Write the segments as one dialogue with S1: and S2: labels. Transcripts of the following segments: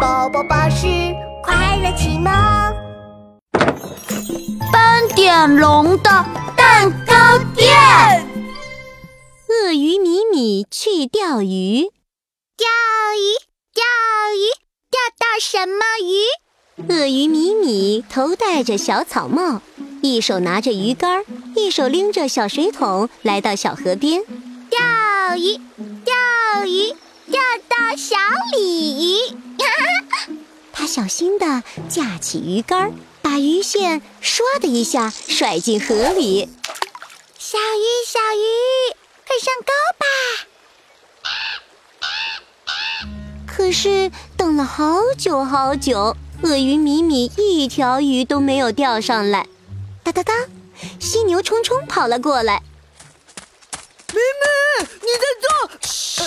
S1: 宝宝巴士快乐启蒙，
S2: 斑点龙的蛋糕店。
S3: 呃
S2: 鳄鱼米米去钓鱼，
S1: 钓鱼钓鱼钓到什么鱼？
S2: 鳄鱼米米头戴着小草帽，一手拿着鱼竿，一手拎着小水桶，来到小河边。
S1: 钓鱼钓鱼钓到小鲤鱼，
S2: 他小心地架起鱼竿，把鱼线唰的一下甩进河里。
S1: 小鱼小鱼快上钩吧！
S2: 可是等了好久好久，鳄鱼米米一条鱼都没有钓上来。哒哒哒，犀牛冲冲跑了过来。米米，你在做？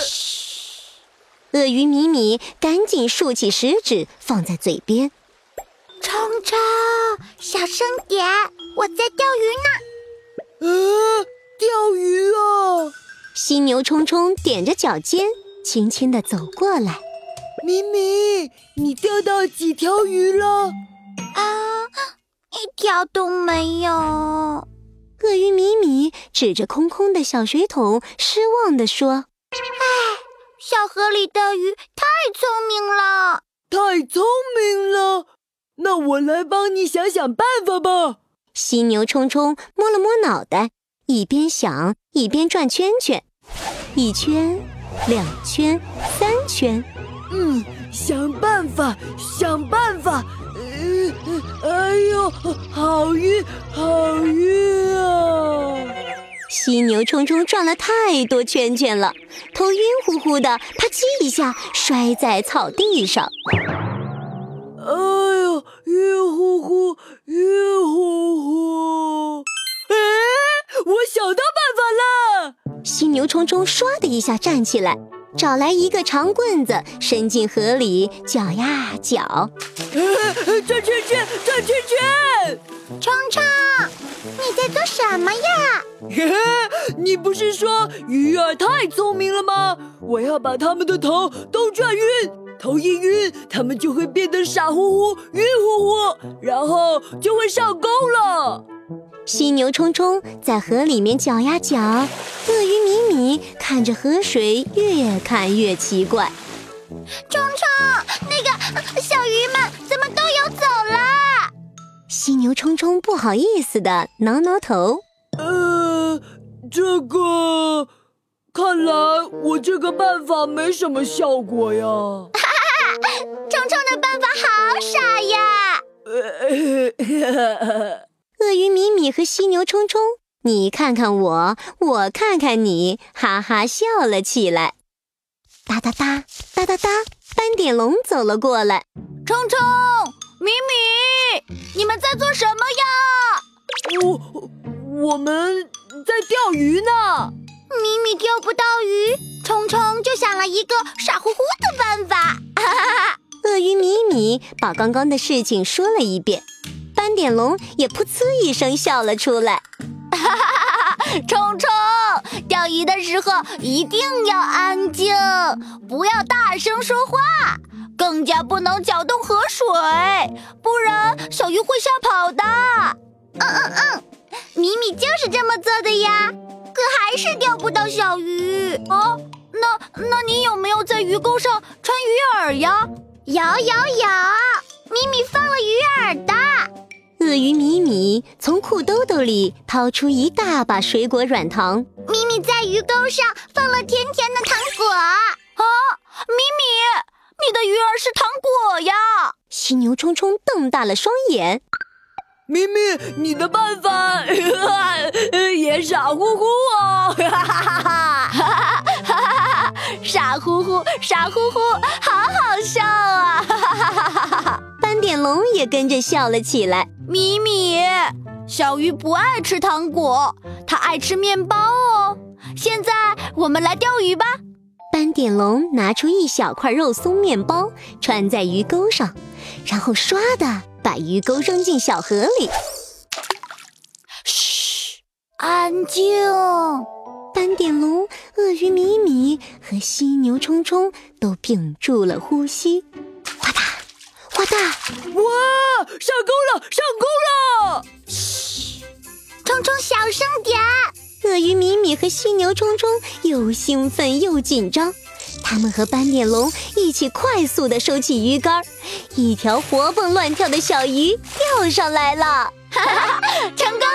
S2: 鳄鱼米米赶紧竖起食指放在嘴边。
S1: 冲冲，小声点，我在钓鱼呢。
S3: 呃，钓鱼啊！
S2: 犀牛冲冲踮着脚尖，轻轻地走过来。
S3: 米米，你钓到几条鱼了？
S1: 啊，一条都没有。
S2: 鳄鱼米米指着空空的小水桶，失望地说
S1: 小河里的鱼太聪明了。
S3: 太聪明了，那我来帮你想想办法吧。：“
S2: 犀牛冲冲摸了摸脑袋，一边想一边转圈圈，一圈，两圈，三圈。
S3: 嗯，想办法，想办法。呃，哎呦，好鱼，好鱼啊！
S2: 犀牛冲冲转了太多圈圈了，头晕乎乎的，啪叽一下摔在草地上。
S3: 哎呦，晕乎乎，晕乎乎。哎，我想到办法了。
S2: 犀牛冲冲唰的一下站起来，找来一个长棍子，伸进河里搅呀搅。
S3: 转圈圈，转圈圈！
S1: 冲冲，你在做什么呀？
S3: 嘿嘿， 你不是说鱼儿太聪明了吗？我要把它们的头都转晕，头一晕，它们就会变得傻乎乎、晕乎乎，然后就会上钩了。
S2: 犀牛冲冲在河里面搅呀搅，鳄鱼米米看着河水越看越奇怪。
S1: 冲冲，那个呃小鱼们怎么都游走了？
S2: 犀牛冲冲不好意思的挠挠头，
S3: 呃，这个，看来我这个办法没什么效果呀。
S1: 冲冲的办法好傻呀！
S3: 呃
S2: 鳄鱼米米和犀牛冲冲，你看看我，我看看你，哈哈笑了起来。哒哒哒哒哒哒，斑点龙走了过来。
S1: 冲冲，米米，你们在做什么呀？
S3: 我我们在钓鱼呢。
S1: 米米钓不到鱼，冲冲就想了一个傻乎乎的办法。
S2: 鳄鱼米米把刚刚的事情说了一遍，斑点龙也噗呲一声笑了 出来。
S1: 冲冲，钓鱼的时候一定要安静，不要大声说话，更加不能搅动河水，不然小鱼会吓跑的。嗯嗯嗯，米米就是这么做的呀，可还是钓不到小鱼哦。那那你有没有在鱼钩上穿鱼饵呀？有有有，米米放了鱼饵的。
S2: 鳄鱼米米从裤兜兜里掏出一大把水果软糖，
S1: 米米在鱼钩上放了甜甜的糖果。啊，米米，你的鱼儿是糖果呀！
S2: 犀牛冲冲瞪大了双眼。
S3: 明明，你的 办法也傻乎乎哦，
S1: 哈哈哈哈哈！ 傻乎乎，傻乎乎，好好笑啊！
S2: 斑点龙也跟着笑了起来。
S1: 米米，小鱼不爱吃糖果，它爱吃面包哦。现在我们来钓鱼吧。
S2: 斑点龙拿出一小块肉松面包，穿在鱼钩上，然后唰的把鱼钩扔进小河里。
S1: 安静。
S2: 斑点龙、鳄鱼米米和犀牛冲冲都屏住了呼吸，哗嗒哗嗒，
S3: 哇，上钩了，上钩了！
S1: 冲冲小声点，
S2: 鳄鱼米米和犀牛冲冲又兴奋又紧张，他们和斑点龙一起快速地收起鱼竿儿，一条活蹦乱跳的小鱼钓上来了。
S1: 成功